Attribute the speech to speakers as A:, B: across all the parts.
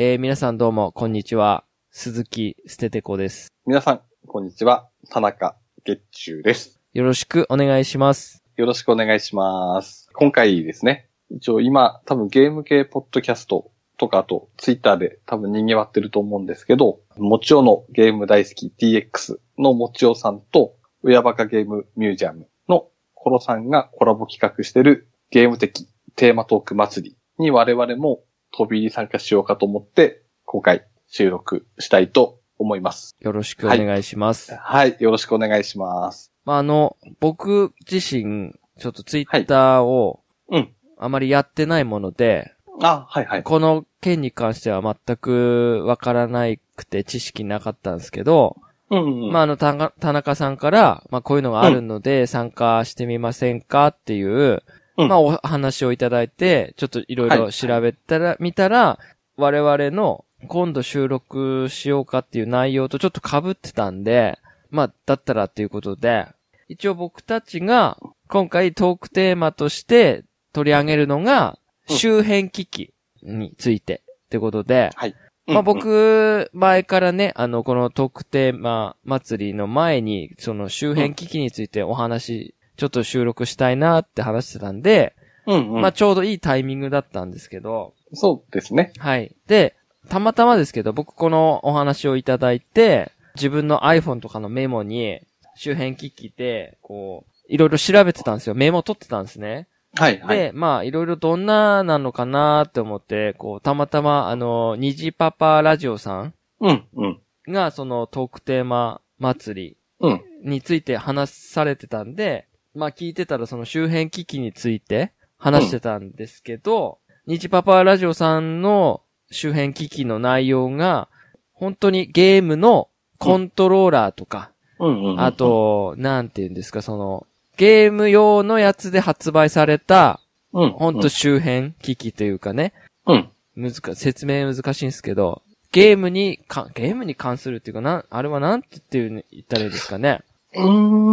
A: えー皆さんどうも、こんにちは。鈴木捨ててこです。
B: 皆さん、こんにちは。田中月中です。
A: よろしくお願いします。
B: よろしくお願いします。今回ですね、一応今、多分ゲーム系ポッドキャストとか、あとツイッターで多分賑わってると思うんですけど、もちおのゲーム大好き DX のもちおさんと、うやばかゲームミュージアムのコロさんがコラボ企画してるゲーム的テーマトーク祭りに我々も飛び入り参加しようかと思って、今回収録したいと思います。
A: よろしくお願いします。
B: はい、よろしくお願いします。
A: まあ、あの、僕自身、ちょっとツイッターを、
B: はいうん
A: あまりやってないもので、
B: あ、はいはい。
A: この件に関しては全くわからないくて知識なかったんですけど、
B: うんうんうん。
A: まあ、あの、田中田中さんから、まあ、こういうのがあるので参加してみませんかっていう、
B: うん
A: まあ、お話をいただいて、ちょっといろい
B: は
A: ろ
B: い
A: 調べたら、見たら、我々の今度収録しようかっていう内容とちょっと被ってたんで、まあ、だったらっていうことで、一応僕たちが今回トークテーマとして取り上げるのが、
B: うん
A: 周辺機器についてってことで、まあ
B: うんうん、
A: 僕、前からね、あの、この特定、まあ、祭りの前に、その周辺機器についてお話、ちょっと収録したいなって話してたんで、
B: うんうん
A: まあちょうどいいタイミングだったんですけど、
B: そうですね。
A: はい。で、たまたまですけど、僕このお話をいただいて、自分の iPhone とかのメモに、周辺機器で、こう、いろいろ調べてたんですよ。メモ取ってたんですね。
B: はいはい。
A: で、まあ、いろいろどんななのかなって思って、こう、たまたま、あの、虹パパラジオさん
B: うんうん。
A: が、そのトークテーマ祭
B: うん。
A: りについて話されてたんで、まあ聞いてたらその周辺機器について話してたんですけど、日パパラジオさんの周辺機器の内容が、本当にゲームのコントローラーとか、
B: うんうん。
A: あ、と、なんて言うんですか、その、ゲーム用のやつで発売された、
B: うん。
A: ほんと周辺機器というかね、
B: うん。
A: 難か、説明難しいんですけど、ゲームにか、ゲームに関するっていうか、なん、あれはなんて言ってるの言ったらいいですかね。
B: う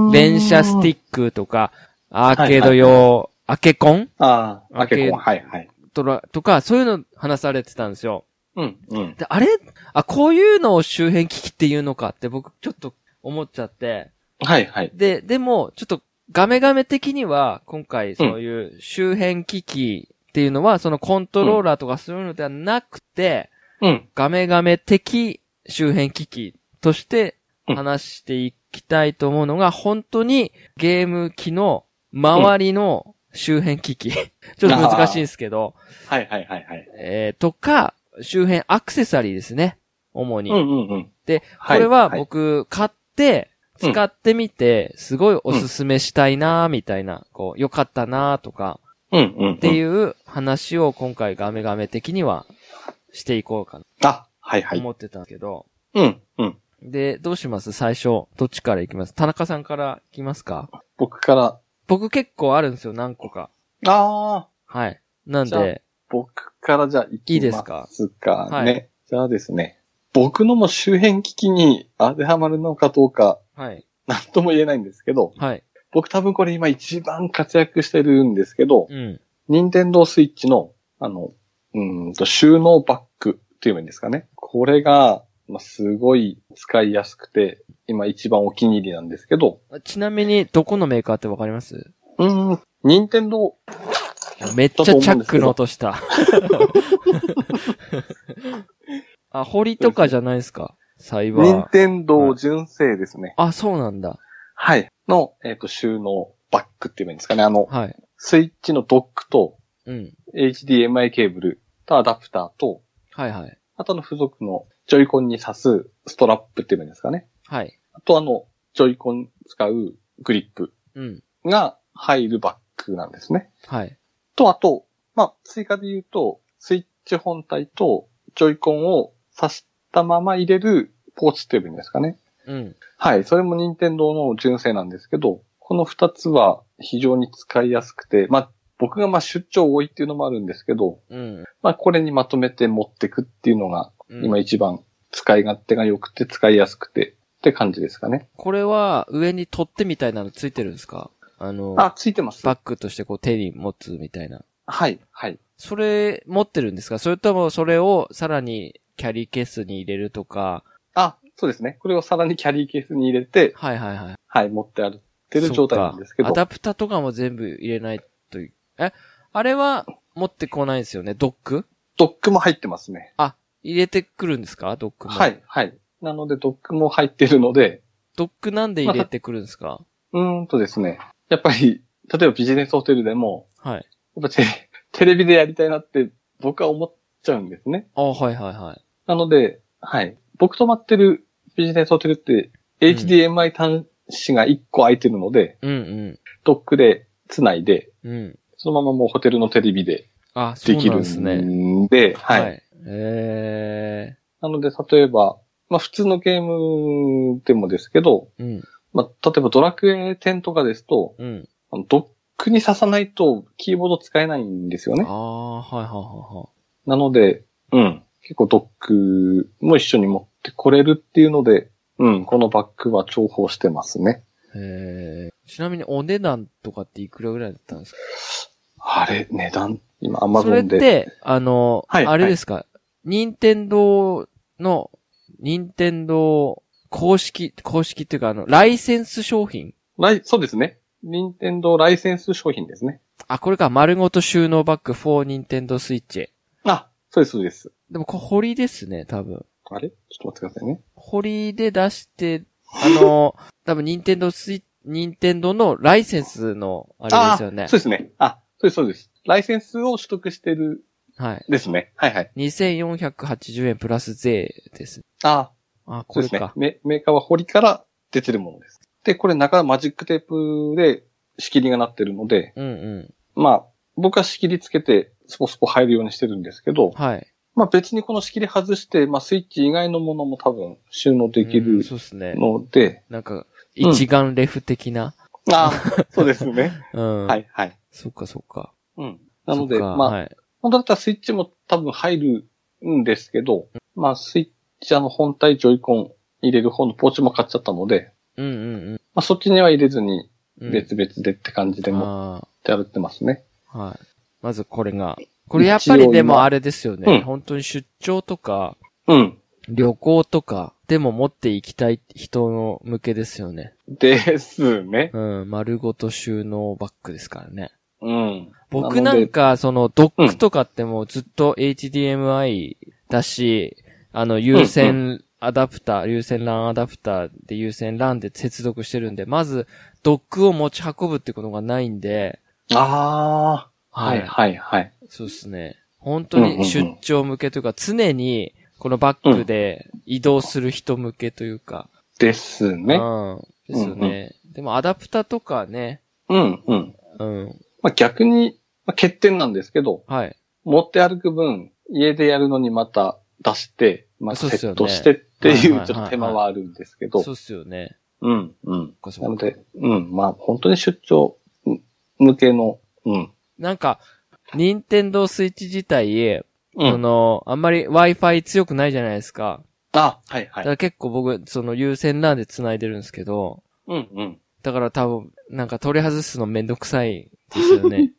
B: ん。
A: 連射スティ
B: ック。
A: ックとか、アーケード用、アケコン
B: ああ、
A: ア
B: あ
A: ーケード
B: けこはいはい。
A: とらとか、そういうの話されてたんですよ。
B: うんうん。
A: で、あれあ、こういうのを周辺機器っていうのかって僕ちょっと思っちゃって。
B: はいはい。
A: で、でも、ちょっとガメガメ的には、今回そういう周辺機器っていうのは、そのコントローラーとかそういうのではなくて、
B: うん。
A: ガメガメ的周辺機器として
B: うん
A: 話していきたいと思うのが、本当にゲーム機の周りの周辺機器。 ちょっと難しいんですけど、
B: はいはいはいはい。
A: えー、とか、周辺アクセサリーですね。主に。
B: うんうんうん。
A: で、こ
B: はい
A: れは
B: はい
A: 僕買って、
B: うん
A: 使ってみて、すごいおすすめしたいなーみたいな、こう、良かったなーとか、
B: うんうん。
A: って
B: う
A: い
B: ん。
A: う話を今回ガメガメ的にはしていこうかな
B: あ、はいは
A: と
B: い。
A: 思ってたんですけど、
B: うんうん。
A: で、どうします最初。どっちから行きます田中さんから行きますか
B: 僕から、
A: 僕結構あるんですよ、何個か。
B: ああ、
A: はい。なん
B: じゃあ
A: で、
B: 僕からじゃあ行きます
A: いいですか
B: か
A: は
B: ね。じゃあですね。僕のも周辺機器に当てはまるのかどうか、
A: はい。
B: なんとも言えないんですけど、
A: はい。
B: 僕多分これ今一番活躍してるんですけど、
A: うん。
B: 任天堂スイッチの、あの、うーんと、収納バッグっていうんですかね。これが、まあ、すごい使いやすくて、今一番お気に入りなんですけど、
A: ちなみに、どこのメーカーってわかります
B: うーん、任天堂、
A: めっちゃチャックの音した。 あ、堀とかじゃないですかサイバ
B: 任
A: ー。
B: 天堂純正ですね。
A: あ、そうなんだ。
B: はい。の、えっ、と、収納バッグっていうんですかね。あの、
A: はい。
B: スイッチのドックと
A: うん。
B: HDMI ケーブルとアダプターと、
A: はいはい。
B: あとの付属のジョイコンに挿すストラップっていうんですかね。
A: はい。
B: あとあの、ジョイコン使うグリップ
A: うん。
B: が入るバッグなんですね。
A: はい。
B: と、あと、まあ、追加で言うと、スイッチ本体とジョイコンを挿したまま入れるポーチっていうんですかね。
A: うん。
B: はい、それも任天堂の純正なんですけど、この二つは非常に使いやすくて、まあ、僕がまあ出張多いっていうのもあるんですけど、
A: うん。
B: まあ、これにまとめて持ってくっていうのが、
A: うん
B: 今一番使い勝手が良くて使いやすくてって感じですかね。
A: これは、上に取ってみたいなのついてるんですかあの、
B: あ、ついてます。
A: バッグとしてこう手に持つみたいな。
B: はい、はい。
A: それ持ってるんですかそれともそれをさらにキャリーケースに入れるとか。
B: あ、そうですね。これをさらにキャリーケースに入れて、
A: はいはいはい。
B: はい、持って歩いてる状態なんですけ
A: そ
B: ど
A: うか。アダプタとかも全部入れないといえ、あれは持ってこないですよねドック
B: ドックも入ってますね。
A: あ、入れてくるんですかドックも。
B: は。い、はい。なので、ドックも入ってるので、
A: ドックなんで入れてくるんですか、
B: うーんとですね。やっぱり、例えばビジネスホテルでも、
A: はい。
B: やっぱテレ テレビでやりたいなって僕は思っちゃうんですね。
A: あ、はいはいはい。
B: なので、はい。僕泊まってるビジネスホテルって、
A: ん
B: HDMI 端子が1個空いてるので、
A: うん
B: ドックで繋いで、
A: うん。うん。
B: そのままもうホテルのテレビで
A: あ、そ
B: で
A: う
B: き
A: な
B: る
A: ん
B: ん
A: ですね。
B: で、はい、
A: え
B: なので、例えば、まあ普通のゲームでもですけど、
A: ー。うん。
B: まあ例えばドラクエ10とかですと、
A: うん。
B: あのドックに刺さないとキーボード使えないんですよ
A: あ
B: ね。
A: あ、はいはいはいはい。
B: なので、うん。結構ドックも一緒に持ってこれるっていうので、うん、このバッグは重宝してますね。
A: えー、ちなみにお値段とかっていくらぐらいだったんですか
B: あれ、値段、今、アマ
A: そ
B: ゾ
A: れっ
B: ンで。
A: て、あの、
B: はい
A: あれですか、任天堂の、任天堂公式、公式っていうか、あの、ライセンス商品
B: ライそうですね。任天堂ライセンス商品ですね。
A: あ、これか、丸ごと収納バッグ for 任天堂 Switch。
B: あ、そうです、そうです。
A: でも、これ、堀ですね、多分。
B: あれちょっと待ってくださいね。
A: 堀で出して、あ の、多分、任天堂スイ任天堂のライセンスの、あれですよね
B: あ。そうですね。あ、そうです、そうです。ライセンスを取得してる
A: はい。
B: ですね。はいはい。
A: 2480円プラス税です。
B: あ、
A: あ、
B: そ
A: これ
B: うですね
A: か。。
B: メメーカーは堀から出てるものです。で、これ中マジックテープで仕切りがなってるので、
A: うんう
B: まあ、僕は仕切りつけて、スポスポ入るようにしてるんですけど
A: ん。、はい。
B: まあ別にこの仕切り外して、まあスイッチ以外のものも多分収納でき
A: うん
B: る
A: そうですね。
B: ので、
A: なんか、
B: うん
A: 一眼レフ的な。
B: ああ、そうですね。
A: うん。
B: は。いはい。
A: そっかそっか。
B: うん。なので、
A: そっか
B: まあ、
A: はい。
B: 本当だったらスイッチも多分入るんですけど、まあスイッチあの本体ジョイコン入れる方のポーチも買っちゃったので、
A: うんうん
B: まあそっちには入れずに
A: うん。
B: 別々でって感じで持っ
A: あ
B: て歩ってますね。
A: あ、はい。まずこれが。これやっぱりでもあれですよ
B: う
A: ね。
B: ん
A: 本当に出張とか、
B: うん。
A: 旅行とか、でも持って行きたい人の向けですよね。
B: ですね。
A: うん、丸ごと収納バッグですからね。
B: うん。
A: 僕なんか、その、ドックとかってもうずっと HDMI だし、あの、有線アダプター、有線 LAN アダプターで有線 LAN で接続してるんで、まず、ドックを持ち運ぶってことがないんで、
B: ああ、はいはいはい。
A: そうですね。本当に出張向けというか、常にこのバッグで移動する人向けというか。
B: ですね。
A: うん。ですよね。でもアダプターとかね、
B: うんうん。
A: うん。
B: まあ、逆に、まあ、欠点なんですけど、
A: はい。
B: 持って歩く分、家でやるのにまた出して、まあ、
A: そうっす
B: セ
A: よ
B: ッ
A: ね
B: トしてって
A: はい
B: い
A: はいは
B: う
A: い
B: ちょっと手間はあるんですけど、
A: そうっすよね。
B: うんうん。
A: そっかそっ
B: な
A: か
B: ので、うん、まあ本当に出張向けの、うん。
A: なんか、任天堂スイッチ自体、
B: う
A: そ
B: ん。
A: の、あんまり Wi-Fi 強くないじゃないですか。
B: あ、はい
A: だ
B: はい
A: か。ら結構僕、その有線 LAN で繋いでるんですけど、
B: うんうん。
A: だから多分、なんか取り外すのめんどくさいですよ ね。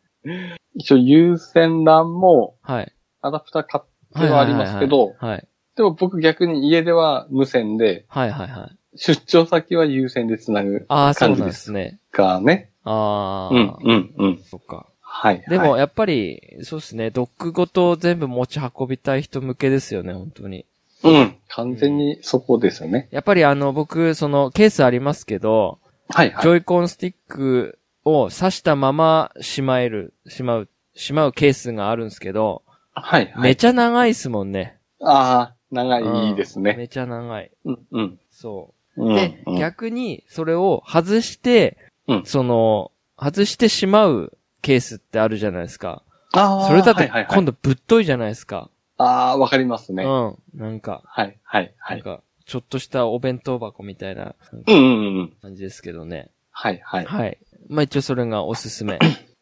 B: 一応有線 LAN も
A: はい。
B: アダプター買ってはありますけど、
A: はい。
B: でも僕逆に家では無線で、
A: はいはいはい。
B: 出張先は有線で繋ぐ
A: ああ、そう
B: 感
A: なん
B: じ
A: で
B: ですす
A: ね。
B: かね。
A: ああ。
B: うんうんうん。
A: そっか。
B: はい。
A: で
B: はい
A: も、やっぱり、そうですね、ドックごと全部持ち運びたい人向けですよね、本当に。
B: うん。完全にそこですよね。
A: やっぱりあの、僕、その、ケースありますけど、
B: はいはい。
A: ジョイコンスティックを挿したまましまえる、しまう、しまうケースがあるんですけど、
B: はいは
A: め
B: い。
A: ちゃ長いっすもんね。
B: ああ、長
A: う
B: い
A: ん
B: ですね。
A: めちゃ長い。
B: うんうん。
A: そうう。
B: ん
A: で、
B: うん
A: 逆に、それを外して、
B: うん
A: その、外してしまうケースってあるじゃないですか。
B: ああ
A: それだと
B: はいはいはい
A: 今度ぶっといじゃないですか。
B: ああ、わかりますね。
A: うん。なんか、
B: はいはいは
A: なん
B: い。
A: か、ちょっとしたお弁当箱みたいな
B: うんうんうん。
A: 感じですけどね。
B: はいはい。
A: はい。まあ一応それがおすすめ。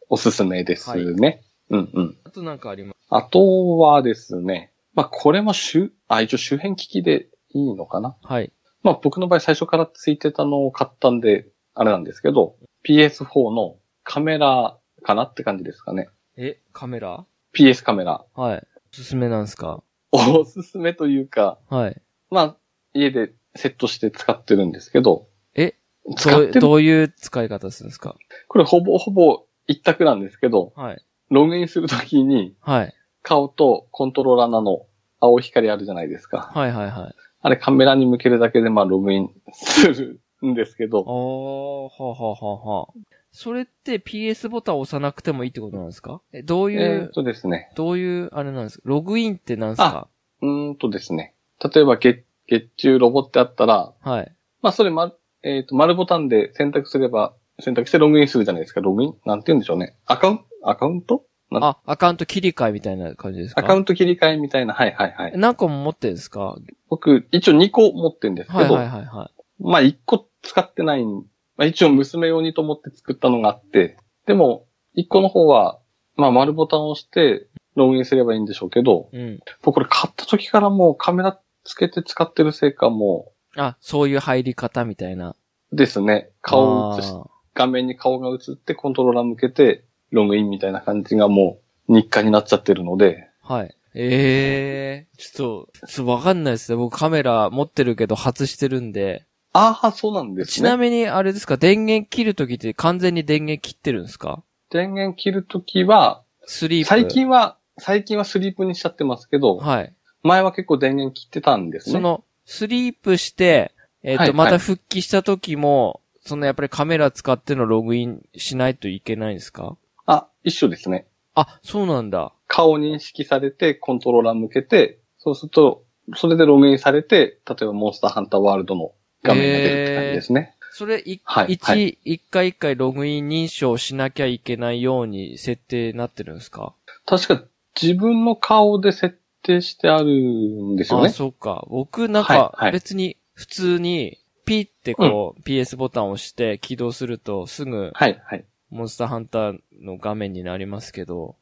B: おすすめですね。うんうん。
A: あとなんかあります
B: あとはですね、まあこれも周、あ、一応周辺機器でいいのかな。
A: はい。
B: まあ僕の場合最初からついてたのを買ったんで、あれなんですけど、PS4 のカメラかなって感じですかね。
A: え、カメラ
B: PS カメラ。
A: はい。おすすめなんですか
B: おすすめというか、
A: はい。
B: まあ、家でセットして使ってるんですけど。
A: え
B: 使
A: ど
B: っ
A: う、
B: てる
A: どういう使い方するんですか
B: これほぼほぼ一択なんですけど、
A: はい。
B: ログインするときに
A: はい。
B: 顔とコントローラーなの青光あるじゃないですか。
A: はいはいはい。
B: あれカメラに向けるだけでまあログインするんですけど、
A: おー、はあ、はあはあはあそれって PS ボタンを押さなくてもいいってことなんですかえ、どうい
B: えーっ
A: う、
B: とですね。
A: どういう、あれなんですかログインってなんですか
B: うーんとですね。例えば月、月中ロボってあったら、
A: はい。
B: まあそれ丸、えっ、と、丸ボタンで選択すれば、選択してログインするじゃないですか。ログインなんて言うんでしょうね。アカウントアカウントな
A: あ、アカウント切り替えみたいな感じですか
B: アカウ
A: ン
B: ント切り替えみたいな。はいはいはい。
A: 何個も持ってるんですか
B: 僕、一応2個持ってるんですけ
A: はい
B: ど、
A: はいはいは
B: まあ1個使ってないん、まあ一応娘用にと思って作ったのがあって、でも、1個の方は、まあ丸ボタンを押して、ログインすればいいんでしょうけど、
A: い。うん。
B: 僕これ買った時からもうカメラつけて使ってるせいかも
A: あ、そういう入り方みたいな。
B: うですね、顔を映し
A: あー
B: 画面に顔が映ってコントローラー向けてログインみたいな感じがもう日課になっちゃってるので、
A: はい。ええー、ちょっと、ちょっとわかんないですね。僕カメラ持ってるけど外してるんで。
B: ああ、そうなんですね。
A: ちなみにあれですか、電源切るときって完全に電源切ってるんですか
B: 電源切るときは、
A: スリープ。
B: 最近は、最近はスリープにしちゃってますけど、
A: はい。
B: 前は結構電源切ってたんですね。
A: その、スリープして、えっ、と、
B: はいはい
A: また復帰したときも、そのやっぱりカメラ使ってのログインしないといけないんですか
B: あ、一緒ですね。
A: あ、そうなんだ。
B: 顔認識されてコントローラー向けて、そうすると、それでログインされて、例えばモンスターハンターワールドの画面が出るって感じですね。
A: それ、い、
B: はい
A: 一、
B: は
A: 一回一回ログイン認証しなきゃいけないように設定なってるんですか
B: 確か自分の顔で設定してあるんですよ
A: あ、
B: ね。
A: そうか。僕なん
B: はいは
A: か
B: い
A: 別に普通にピッてこう PS ボタンを押して起動するとすぐ
B: はい、はい。
A: モンスターハンターの画面になりますけど、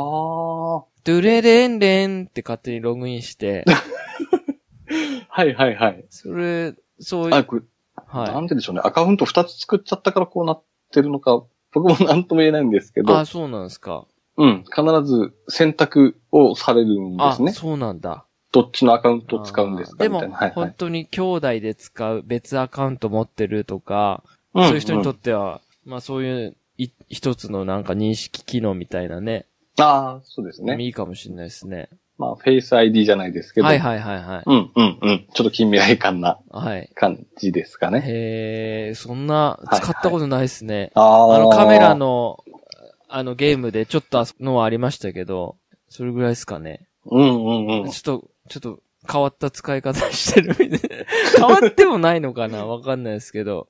B: あ
A: ドゥレレンレンって勝手にログイン して、
B: あ。はいはいはい。
A: それ、そうい
B: あ、
A: う、
B: これ、な
A: は
B: んででしょうね。アカウント2つ作っちゃったからこうなってるのか、僕もなんとも言えないんですけ
A: い。あ、
B: ど、
A: そうなんですか。
B: うん。必ず選択をされるんで
A: あ
B: す、ね。
A: そうなんだ。
B: どっちのアカウントを使うんです
A: あ
B: か
A: ーで
B: みた
A: も
B: いな。はい、は
A: 本
B: い。
A: 当に兄弟で使う別アカウント持ってるとか、
B: ん
A: そういう人にと
B: っ。
A: ってては、まあそういうい一つのなんか認識機能みたいなね、
B: ああ、そうですね。
A: いいかもしれないですね。
B: まあ、フェイス ID じゃないですけど。
A: はいはいはいはい。
B: うん、うん、うん。ちょっと近未来感な
A: はい。
B: 感じですかね。
A: へえ、そんな、
B: いはい
A: 使ったことないですね。
B: ああ。
A: あのカメラ。の、あのゲームでちょっとあそのはありましたけど、それぐらいですかね。
B: うん、うん、うん。
A: ちょっと、ちょっと変わった使い方してるみたいな。 変わってもないのかなわかんないですけど。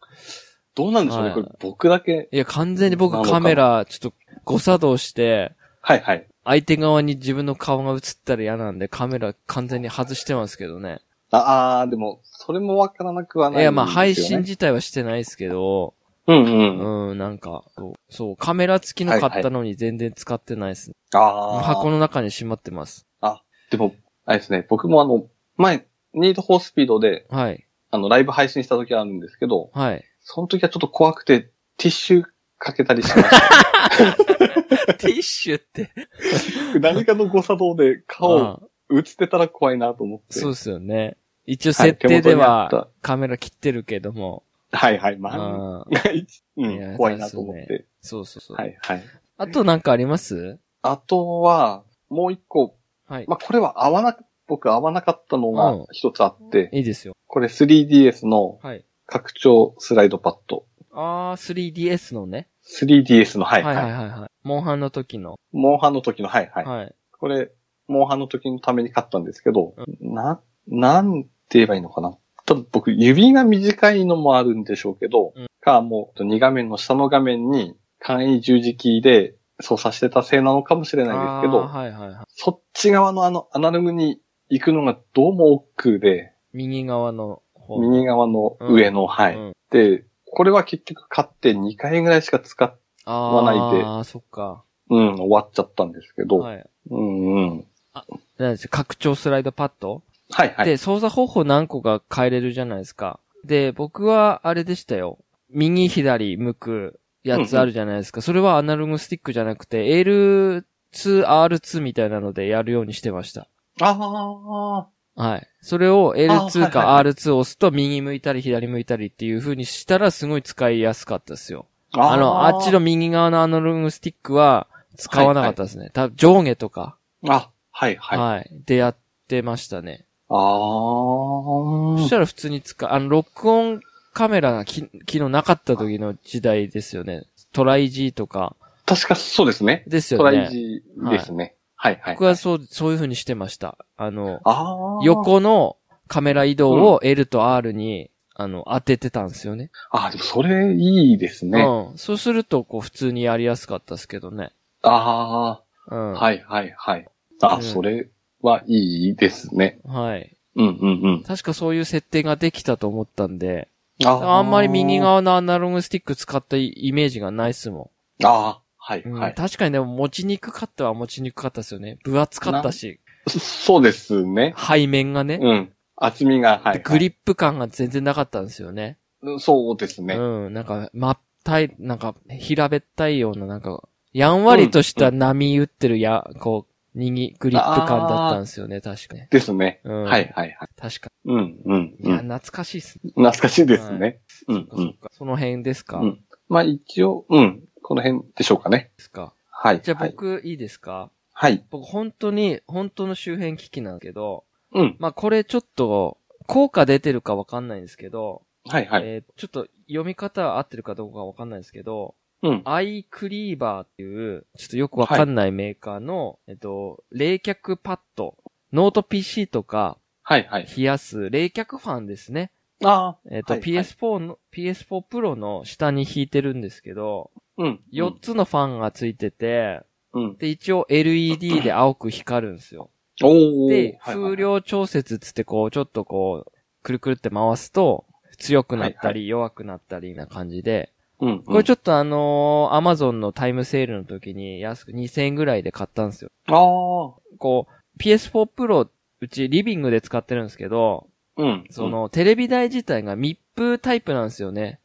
B: どうなんでしょうね。
A: はい
B: これ僕だけ。
A: いや、完全に
B: な
A: 僕
B: のか
A: カメラ、ちょっと誤作動して、
B: はい、はい。
A: 相手側に自分の顔が映ったら嫌なんで、カメラ完全に外してますけどね。
B: ああー、でも、それもわからなくはないいんですよ、ね。
A: や、まあ配信自体はしてないですけど、
B: うんうん。
A: うん、なんか、そうそう、カメラ付きの買ったのに全然使ってないですね。
B: ああ。
A: 箱の中にしまってます。
B: でも、あれですね、僕もあの、前、ニートフォースピードで、
A: はい、
B: あの、ライブ配信した時あるんですけど、
A: はい。
B: その時はちょっと怖くて、ティッシュかけたりしました。
A: ティッシュって。
B: 何かの誤作動で顔
A: あ
B: 映ってたら怖いなと思って。
A: そうですよね。一応
B: はい
A: 設定で
B: 手元にあ
A: は
B: っ
A: カメラ切ってるけども。
B: はいはい、まあ、
A: あー
B: う
A: いや
B: ん、怖いなと思っ
A: そうで
B: て。
A: そうそうそう。
B: はいはい。
A: あとなんかあります
B: あとは、もう一個、
A: はい。
B: まあ、これは合わな、僕合わなかったの
A: うん
B: が一つあって、
A: いいですよ。
B: これ 3DS の
A: はい。
B: 拡張スライドパッド。
A: あー、3DS のね。
B: 3DS の、は
A: はいいはい
B: は。
A: はいいはい。モンハンの時の。
B: モンハンの時の、はいはい。
A: はい。
B: これ、モンハンの時のために買ったんですけど、な、なんて言えばいいのかな。多分僕、指が短いのもあるんでしょうけど、
A: うん
B: か、もう、2画面の下の画面に簡易十字キーで操作してたせいなのかもしれないですけ
A: あ
B: ど、
A: ーはいはいはい。
B: そっち側のあの、アナログに行くのがどうも億劫で、
A: 右側の方。
B: 右側の上の、はい、
A: うん
B: で、これは結局買って2回ぐらいしか使っ、
A: あ
B: わないで
A: あー、そっか。
B: うん、終わっちゃったんですけど、
A: はい。
B: うんうん。
A: なんですよ拡張スライドパッド、
B: はいはい。
A: で、操作方法何個か変えれるじゃないですか。で、僕はあれでしたよ。右左向くやつあるじゃないですか。それはアナログスティックじゃなくて、エール 2R2 みたいなのでやるようにしてました。
B: あ
A: はい。それを
B: あ
A: L2
B: はいは
A: か R2 を押すと右向いたり左向いたりっていう風にしたらすごい使いやすかったですよ。
B: あー。
A: あの、あっちの右側のアナログスティックは使わなかったですね。多分上下とか、
B: あ、はいはい。あ
A: はい。でやってましたね。そし
B: あ。
A: たら普通に使う、あの、録音カメラがき昨日なかった時の時代ですよね。トライ G とか。
B: 確かそうですね。
A: です
B: ト
A: よ
B: ライ
A: ね。
B: ジですね。はいはい。
A: 僕はそう、そういう風にしてました。あの、
B: ああ。。
A: 横のカメラ移動を L と R に、あの、当ててたんですよね。
B: ああ、でもそれいいですね。
A: うん。そうすると、こう、普通にやりやすかったですけどね。
B: あ
A: うん。
B: あ。
A: はい。
B: はいはいはい。あ
A: う
B: あ、
A: ん
B: それはいいですね。うんうんうん。
A: 確かそういう設定ができたと思ったんで、
B: あー
A: あんまり右。側のアナログスティック使ったイメージがないっすもん。
B: ああ、はい
A: うん
B: はい。
A: 確かにでも持ちにくかったは持ちにくかったですよね。分厚かったし、
B: そうですね。
A: 背面がね。
B: うん。厚みが、はい、はい。
A: でグリップ感が全然なかったんですよね。
B: そうですね。
A: うん、なんか、まったい、なんか、平べったいような、なんか、やんわりとした波打ってるや、こう、にぎ、グリップ感だったんですよね、確かに。
B: ですね。
A: うん。
B: はいはいはい。
A: 確か
B: うんうん
A: に。
B: う
A: いや、
B: ん。
A: 懐かしいっすね。
B: 懐かしいですね。うんう
A: そっ
B: ん。
A: かその辺ですか、
B: うんまあ一応、うん。この辺でしょうかね。
A: ですか。
B: はい。
A: じゃあ
B: はい。
A: 僕、いいですか
B: はい。
A: 僕、本当に、本当の周辺機器なんだけど、
B: うん。
A: まあ、これちょっと、効果出てるかわかんないんですけど、
B: はいはい。
A: えーちょっと読み方合ってるかどうかわかんないですけど、
B: うん。
A: アイクリーバーっていう、ちょっとよくわかんないメーカーの、えっと、冷却パッド、ノート PC とか
B: はいはい。
A: 冷やす冷却ファンですね。
B: あ
A: えっと、
B: はい
A: PS4 の、PS4 Pro の下に引いてるんですけど、
B: あ。うん。
A: 4つのファンがついてて、
B: うん。
A: で、一応 LED で青く光るんですよ。
B: おー。
A: で、
B: はいはいはい
A: 風。量調節つってこう、ちょっとこう、くるくるって回すと、強くなったり弱くなったりな感じで、
B: うん。
A: これ
B: ょ
A: ちょっとあのー、アマゾンのタイムセールの時に安く2000円ぐらいで買ったんですよ。
B: っと。
A: こう、PS4 Pro、うちリビングで使ってるんですけど、
B: あー。うん。
A: そ、の、テレビ台自体が密封タイプなんですよね。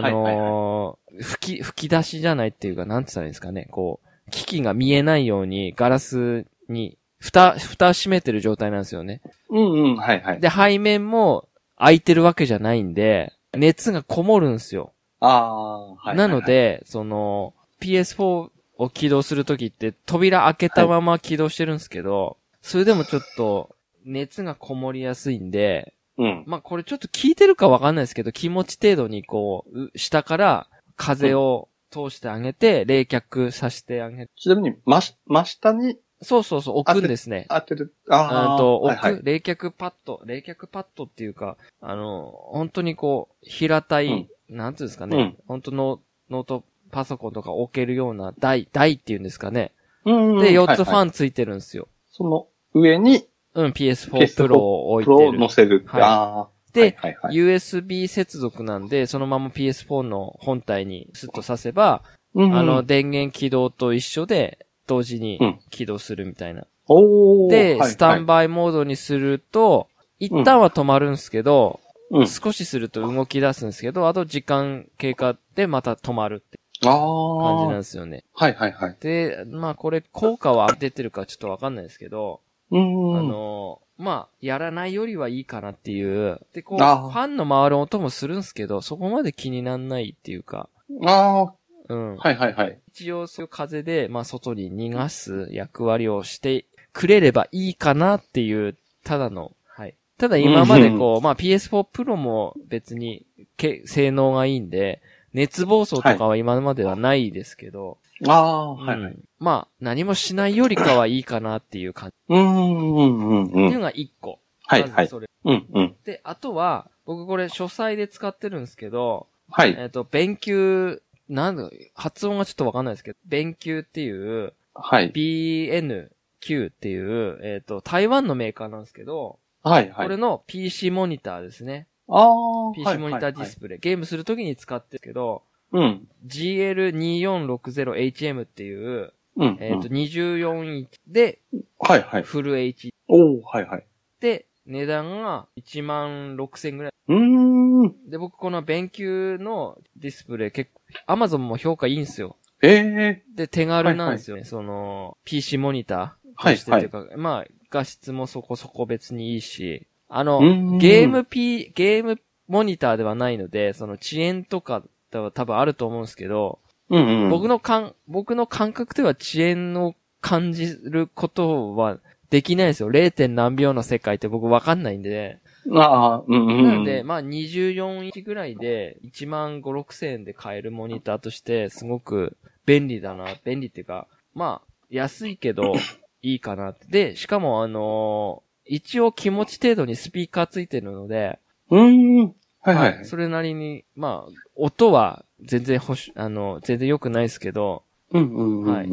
A: あ
B: ー。はいはいはい。
A: のー、吹き、吹き出しじゃないっていうか、なんつったらいいんですかね。こう、機器が見えないようにガラスに、蓋、蓋閉めてる状態なんですよね。
B: うんうん。はいはい。
A: で、背面も開いてるわけじゃないんで、熱がこもるんですよ。
B: あー。はいはいはい。
A: なの、で、その、PS4 を起動するときって、扉開けたまま起動してるんですけど、それでもちょっと、熱がこもりやすいんで、
B: うん。
A: まあこれちょっと聞いてるかわかんないですけど、気持ち程度にこう、う下から風を通してあげて、冷却させてあげ
B: ちなみに、まし、真下に
A: そうそうそう、置くんですね。
B: 当てる。あ
A: うん
B: ー。
A: と、
B: はい
A: 置く、
B: はい。
A: 冷却パッド、冷却パッドっていうか、あの、本当にこう、平たい、なんていうんですかね、
B: うん
A: 本当のノートパソコンとか置けるような台、台っていうんですかね。
B: うんうん。
A: で、4つフ
B: はいは
A: ァ
B: い。
A: ンついてるんですよ。
B: その上に、
A: うん、PS4
B: PS4
A: Pro を置い
B: プロ
A: て
B: を
A: る。
B: 乗せる。
A: はい
B: あー。
A: で
B: はいはいはい、
A: USB 接続なんで、そのまま PS4 の本体にスッとさせば、
B: うんうん
A: あの、、電源起動と一緒で、同時に起動するみたいな。
B: おー
A: で、スタン
B: バ
A: バイモードにすると、一旦は止まるんですけど、
B: うん。
A: 少しすると動き出すんですけど、あと時間経過でまた止まるって感
B: あ
A: じ
B: あ
A: なん
B: ー。
A: ですよね。
B: はいはいはい。
A: で、まあこれ効果は出てるかちょっとわかんないですけど、
B: うん。
A: あ、の、まあやらないよりはいいかなっていう。で、こう、フ
B: あー
A: ァンの回る音もするんですけど、そこまで気になんないっていうか、
B: あ
A: うん。
B: あ、はいはいはい。
A: 一応そういう風で、まあ外に逃がす役割をしてくれればいいかなっていう、ただの、はい。ただ今までこう、まあ PS4 Pro も別にけ、性能がいいんで、熱暴走とかは今まではないですけど、
B: ああ、はいはい。
A: うんまあ何もしないよりかはいいかなっていう感じ。
B: うん、うん、うん、う。
A: っていうんのが一個。
B: はい
A: ま
B: は
A: ず
B: い。
A: それ。
B: うん、うん。
A: で、あとは、僕これ書斎で使ってるんですけど、
B: はい。
A: えっ、と、勉強、なんだ、発音がちょっとわかんないですけど、勉強っていう、
B: はい。
A: BNQ っていう、えっ、と、台湾のメーカーなんですけど、
B: はいはい。
A: これの PC モニターですね。
B: ああ、はい
A: PC モニターディスプレイ。ゲームするときに使ってるけど、
B: はいはい
A: GL2460HM っていう、
B: うん。うん。
A: えっ、と、
B: うん
A: 24インチで、
B: はいはい。
A: フル HD
B: おおはいはい。
A: で、値段が1万6000ぐらい。
B: うーん。
A: で、僕この BenQ のディスプレイ結構、Amazon も評価いいんですよ。
B: ええ
A: で、手軽なんですよね。その、PC モニターとしてと
B: はい
A: いうか、まあ、画質もそこそこ別にいいし、あの
B: う、ん
A: ゲーム P、ゲームモニターではないので、その遅延とかは多分あると思うんですけど、
B: うんうん。
A: 僕の感、僕の感覚では遅延を感じることはできないですよ。0. 何秒の世界って僕わかんないんで。
B: ああ、うんうん。
A: なので、まあ24インチぐらいで1万5、6千円で買えるモニターとして、すごく便利だな、便利っていうか、まあ、安いけ ど、いいかなって。で、しかもあのー一応気持ち程度にスピーカーついてるので、
B: うーん。はいはい。
A: それなりに、まあ、音は全然保守、あの、全然良くないですけど、
B: うんうんうんうん。
A: はい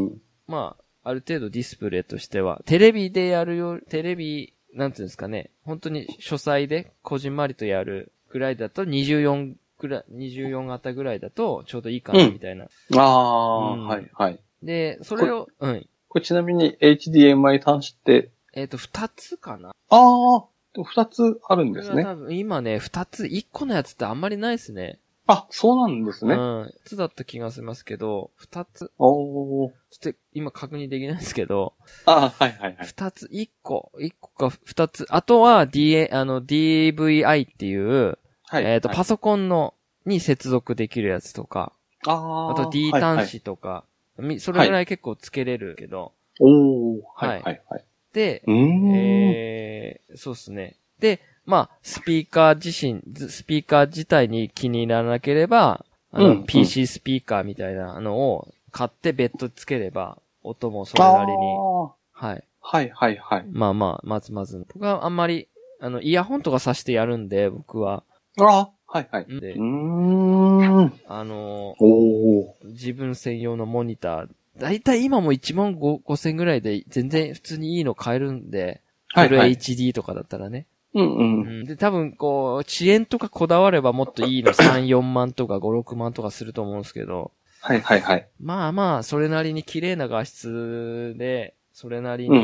A: まあ、ある程度ディスプレイとしては、テレビでやるよ、テレビ、なんていうんですかね、本当に書斎でこじんまりとやるぐらいだと、24ぐらい、24型ぐらいだと、ちょうどいいかな、
B: うん
A: みたいな。
B: ああ、
A: うん
B: はいはい。
A: で、それを、うん。
B: これちなみに HDMI 端子って、
A: えっ、と、二つかな
B: ああ、二つあるんです
A: これ
B: ね
A: は。多分今ね、二つ、一個のやつってあんまりないですね。
B: あ、そうなんです
A: う
B: ね。
A: ん。二つだった気がしますけど、二つ、
B: おー。
A: ちょっと今確認できないですけど、
B: ああ、はいはいはい。
A: 二つ、一個、一個か二つ。あとは DA、あの DVI っていう、
B: はい。
A: えっ、と、
B: はい
A: パソコンの、に接続できるやつとか、
B: あ
A: あ
B: ー
A: と D
B: はいは
A: 端
B: い
A: 子とか、みそれぐらい結構つけれるけど、
B: おー。はいはいはい。
A: で
B: う、ーん。
A: えー、そうですね。で、まあ、スピーカー自身、ずスピーカー自体に気に入らなければ、あの、
B: うん
A: PC スピーカーみたいなのを買って別途つければ、音もそれなりに、
B: あー
A: はい。
B: はいはいはい。
A: まあまあ、まずまず。僕はあんまり、あの、イヤホンとかさしてやるんで、僕は。
B: ああ、はいはい。
A: で
B: うー、ん。
A: あのー
B: おー。
A: 自分専用のモニター。だいたい今も1万5、5千ぐらいで全然普通にいいの買えるんで、フ
B: はい
A: ル
B: はい。
A: HD とかだったらね。
B: うんうん。
A: うんで、多分こう、遅延とかこだわればもっといい の3、4万とか5、6万とかすると思うんですけど、
B: はいはいはい。
A: まあまあ、それなりに綺麗な画質で、それなり
B: うんう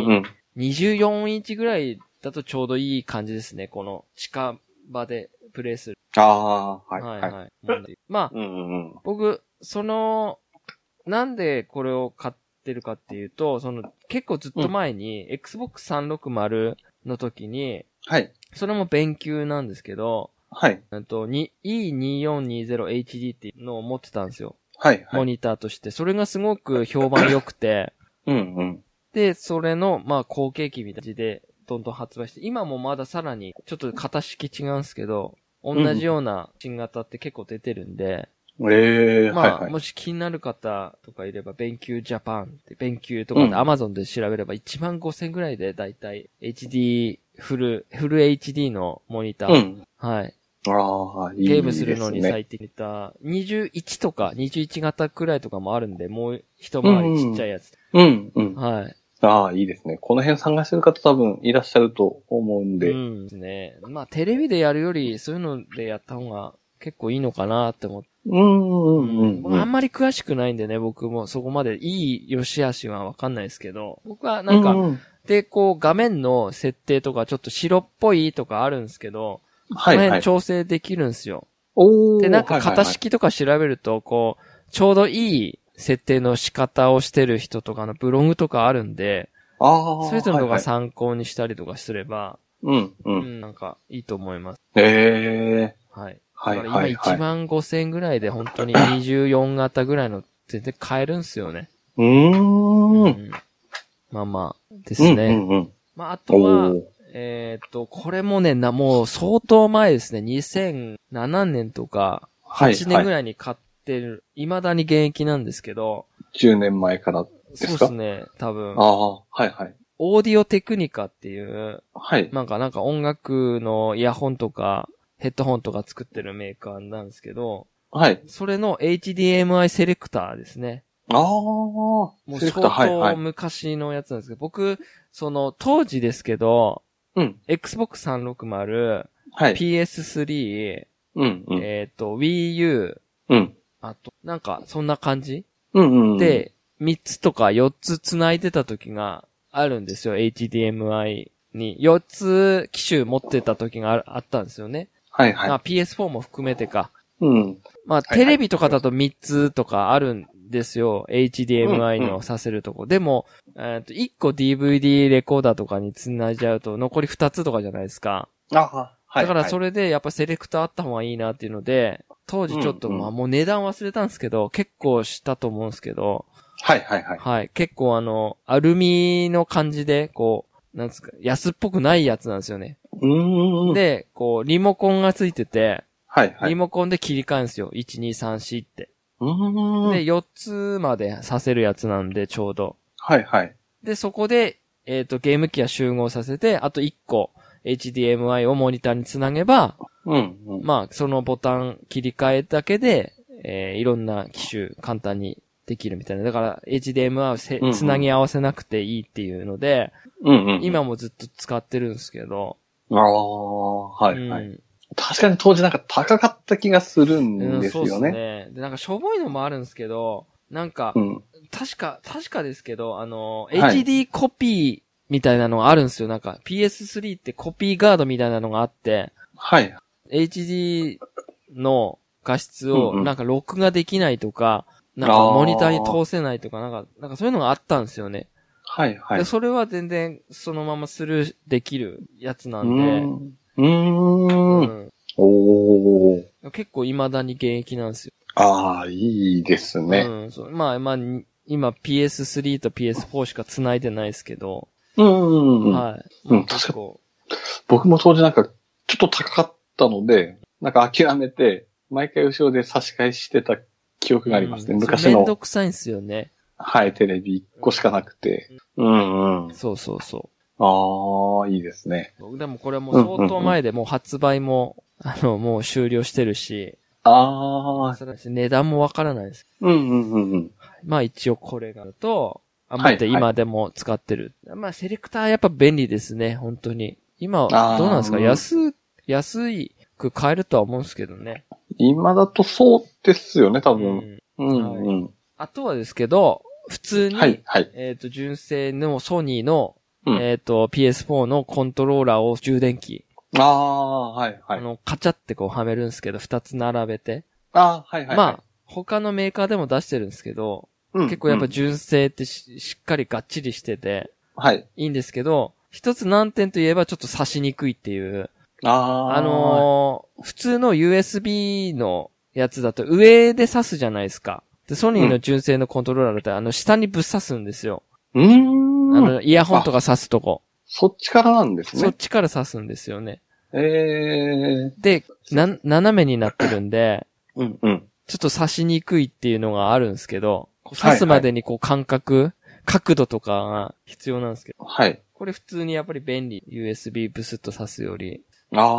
A: に、
B: ん。
A: 24インチぐらいだとちょうどいい感じですね、この近場でプレイする。
B: ああ、はいはい。
A: い。まあ、
B: うんうんうん。
A: 僕、その、なんでこれを買ってるかっていうと、その、結構ずっと前に、Xbox 360の時に、
B: はい。
A: それも勉強なんですけど、
B: はい。
A: うんと、に E2420HD っていうのを持ってたんですよ。
B: はいは
A: モ
B: い。
A: ニターとして。それがすごく評判良く て、
B: うんうん。
A: で、それの、まあ、後継機みたいな感じで、どんどん発売して、今もまださらに、ちょっと型式違うんですけど、同じような新型って結構出てるんで、
B: ええ
A: まあ、
B: はいはい。
A: もし気になる方とかいれば、勉強ジャパンって、勉強とかで
B: うん
A: Amazon で調べれば1万5千ぐらいでだいたい HD、フル、フル HD のモニター。
B: うん。
A: はい。
B: ああ、いいですね。
A: ゲームするのに最適だ。21とか、21型くらいとかもあるんで、もう一回りちっちゃいやつ。
B: うんうん。
A: はい。
B: ああ、いいですね。この辺探してる方多分いらっしゃると思うんで。
A: うんですね。まあ、テレビでやるより、そういうのでやった方が結構いいのかなって思って。
B: うんうんうん
A: 僕
B: う
A: あ
B: ん。
A: んまり詳しくないんでね、僕もそこまでいい良し悪しはわかんないですけど、僕はなんか、
B: うう
A: で、こう画面の設定とかちょっと白っぽいとかあるんですけど、こ
B: はい
A: の
B: は
A: 辺
B: い。
A: 調整できるんですよ。
B: おー
A: で、なんか
B: はいはい
A: 型
B: はい
A: 式とか調べると、こう、ちょうどいい設定の仕方をしてる人とかのブログとかあるんで、
B: ああ。
A: そういうの
B: は
A: が
B: いはい
A: 参考にしたりとかすれば、
B: うんう。
A: うんん、なんかいいと思います。
B: ええ。
A: はい。
B: はい
A: だから
B: はい
A: 今
B: は
A: 1
B: い。
A: 万5千ぐらいで本当に24型ぐらいの全然買えるんすよね。
B: うーん。
A: んまあまあ、で
B: う
A: す
B: ん
A: ね。
B: うんうん。
A: まああとは
B: お、ー
A: えーっと、これもね、な、もう相当前ですね。2007年とか、
B: はい
A: 8年ぐ
B: はい。
A: らいに買ってる、未だに現役なんですけど、
B: 10年前から。す
A: そ
B: か
A: うですね、多分
B: あ、あ、はいはい。
A: オーディオテクニカっていう、
B: はい。
A: なんかなんか音楽のイヤホンとか、ヘッドホンとか作ってるメーカーなんですけど、
B: はい。
A: それの HDMI セレクターですね。
B: ああ。
A: もう
B: セレ
A: 相
B: クターはいは
A: 当
B: い。
A: 昔のやつなんですけど、僕、その当時ですけど、
B: うん。
A: Xbox 360、
B: はい。
A: PS3、
B: うんうん。
A: えっ、と、Wii U、
B: うん。
A: あと、なんか、そんな感じ、
B: うんうんうん。、
A: で、3つとか4つ繋いでた時があるんですよ、HDMI に。4つ機種持ってた時があるあったんですよね。
B: はいはい
A: ま。あ PS4 も含めてか。
B: うん。
A: まあ、
B: はいはい
A: テレビとかだと3つとかあるんですよ。HDMI
B: うんう
A: のさせるとこ。でも、えっと、1個 DVD レコーダーとかに繋いじゃうと、残り2つとかじゃないですか。
B: あは、はい。
A: だからそ
B: れ、
A: れでやっぱセレクターあった方がいいなっていうので、当時ちょっと、
B: うんうん
A: まあもう値段忘れたんですけど、結構したと思うんですけど、
B: はい、はい、はい。
A: はい。結構あの、アルミの感じで、こう、なんですか、安っぽくないやつなんですよね。
B: うーん。、
A: で、こう、リモコンがついてて、
B: はい、は
A: リ
B: い。
A: モコンで切り替えるんですよ。1、2、3、4って。
B: うーん。
A: で、4つまでさせるやつなんで、ちょうど。
B: はい、はい。
A: で、そこで、えっ、と、ゲーム機は集合させて、あと1個、HDMI をモニターにつなげば、
B: うん、うん。
A: まあ、そのボタン切り替えだけで、えーいろんな機種簡単にできるみたいな。だから、HDMI をせ
B: うんうん
A: つなぎ合わせなくていいっていうので、
B: うん、うん。
A: 今もずっと使ってるんですけど、
B: ああ、はい、は
A: う
B: い。
A: ん
B: 確かに当時なんか高かった気がするん
A: うん
B: です
A: そうです
B: よね。
A: ね。で、なんかしょぼいのもあるんですけど、なんか、
B: うん。
A: 確か、確かですけど、あの、
B: はい
A: HD コピーみたいなのがあるんですよ。なんか、PS3 ってコピーガードみたいなのがあって、
B: はい。
A: HD の画質
B: うんう
A: を、
B: ん
A: なんか録画できないとか、なんか
B: あー
A: モニターに通せないとか、なんか、なんかそういうのがあったんですよね。
B: はい、はい。
A: でそれは全然そのままスルーできるやつな
B: うー
A: んで、
B: ん。うーん。
A: うん
B: おー。
A: 結構未だに現役なんですよ。
B: ああ、いいですね。
A: うん、そうまあまあ、に今 PS3 と PS4 しか繋いでないですけど、
B: うん。うんうん
A: はい。
B: うん
A: まあ結構
B: 僕も当時なんか、ちょっと高かったので、なんか諦めて、毎回後ろで差し替えしてた記憶がありますね。
A: うん
B: 昔
A: めん
B: の
A: ど、くさいんすよね。
B: はい、テレビ1個しかなくて。うんうん。
A: そうそうそ
B: ああ、いいですね。
A: う。でもこれはもう相当前で、もう発売も、あの、もう終了してるし、
B: ああ、
A: それだし値段もわからないです。
B: うんうんうんうん。
A: まあ一応これがあると、あ、
B: はい
A: 待って、
B: はい
A: 今でも使ってる。まあセレクターやっぱ便利ですね、本当に。今、どう
B: あー
A: なんですか
B: うん
A: 安、安いく買えるとは思うんですけどね。
B: 今だとそうですよね、多
A: う
B: 分。
A: ん
B: うんうん。
A: あとはですけど、普通に、
B: はい、はい。
A: えっ、と、純正のソニーの、
B: うん
A: えっ、と、PS4 のコントローラーを充電器、
B: ああ、はい、は
A: あ
B: い。
A: の、カチャってこうはめるんですけど、二つ並べて。
B: ああー、はい、はい。
A: まあ、他のメーカーでも出してるんですけど、
B: あ、
A: 結構やっぱ
B: うん
A: 純正ってししっかりがっちりしてて、
B: はい。
A: いいんですけど、一つ難点といえばちょっと刺しにくいっていう。
B: ああ、
A: あのー普通の USB のやつだと上で刺すじゃないですか。で、ソニーの純正のコントローラーだったら、あの、下にぶっ刺すんですよ。
B: うー
A: あ
B: ん。
A: の、イヤホンとか刺すとこ。
B: そっちからなんです
A: そっ
B: ね。
A: ちから刺すんですよね。
B: ええー。
A: で、な、斜めになってるんで、
B: うん、うん。
A: ちょっと刺しにくいっていうのがあるんですけど、こう
B: はい
A: 刺すまでにこう感覚、角度とかが必要なんですけど、
B: はい。
A: これ普通にやっぱり便利。USB ブスッと刺すより、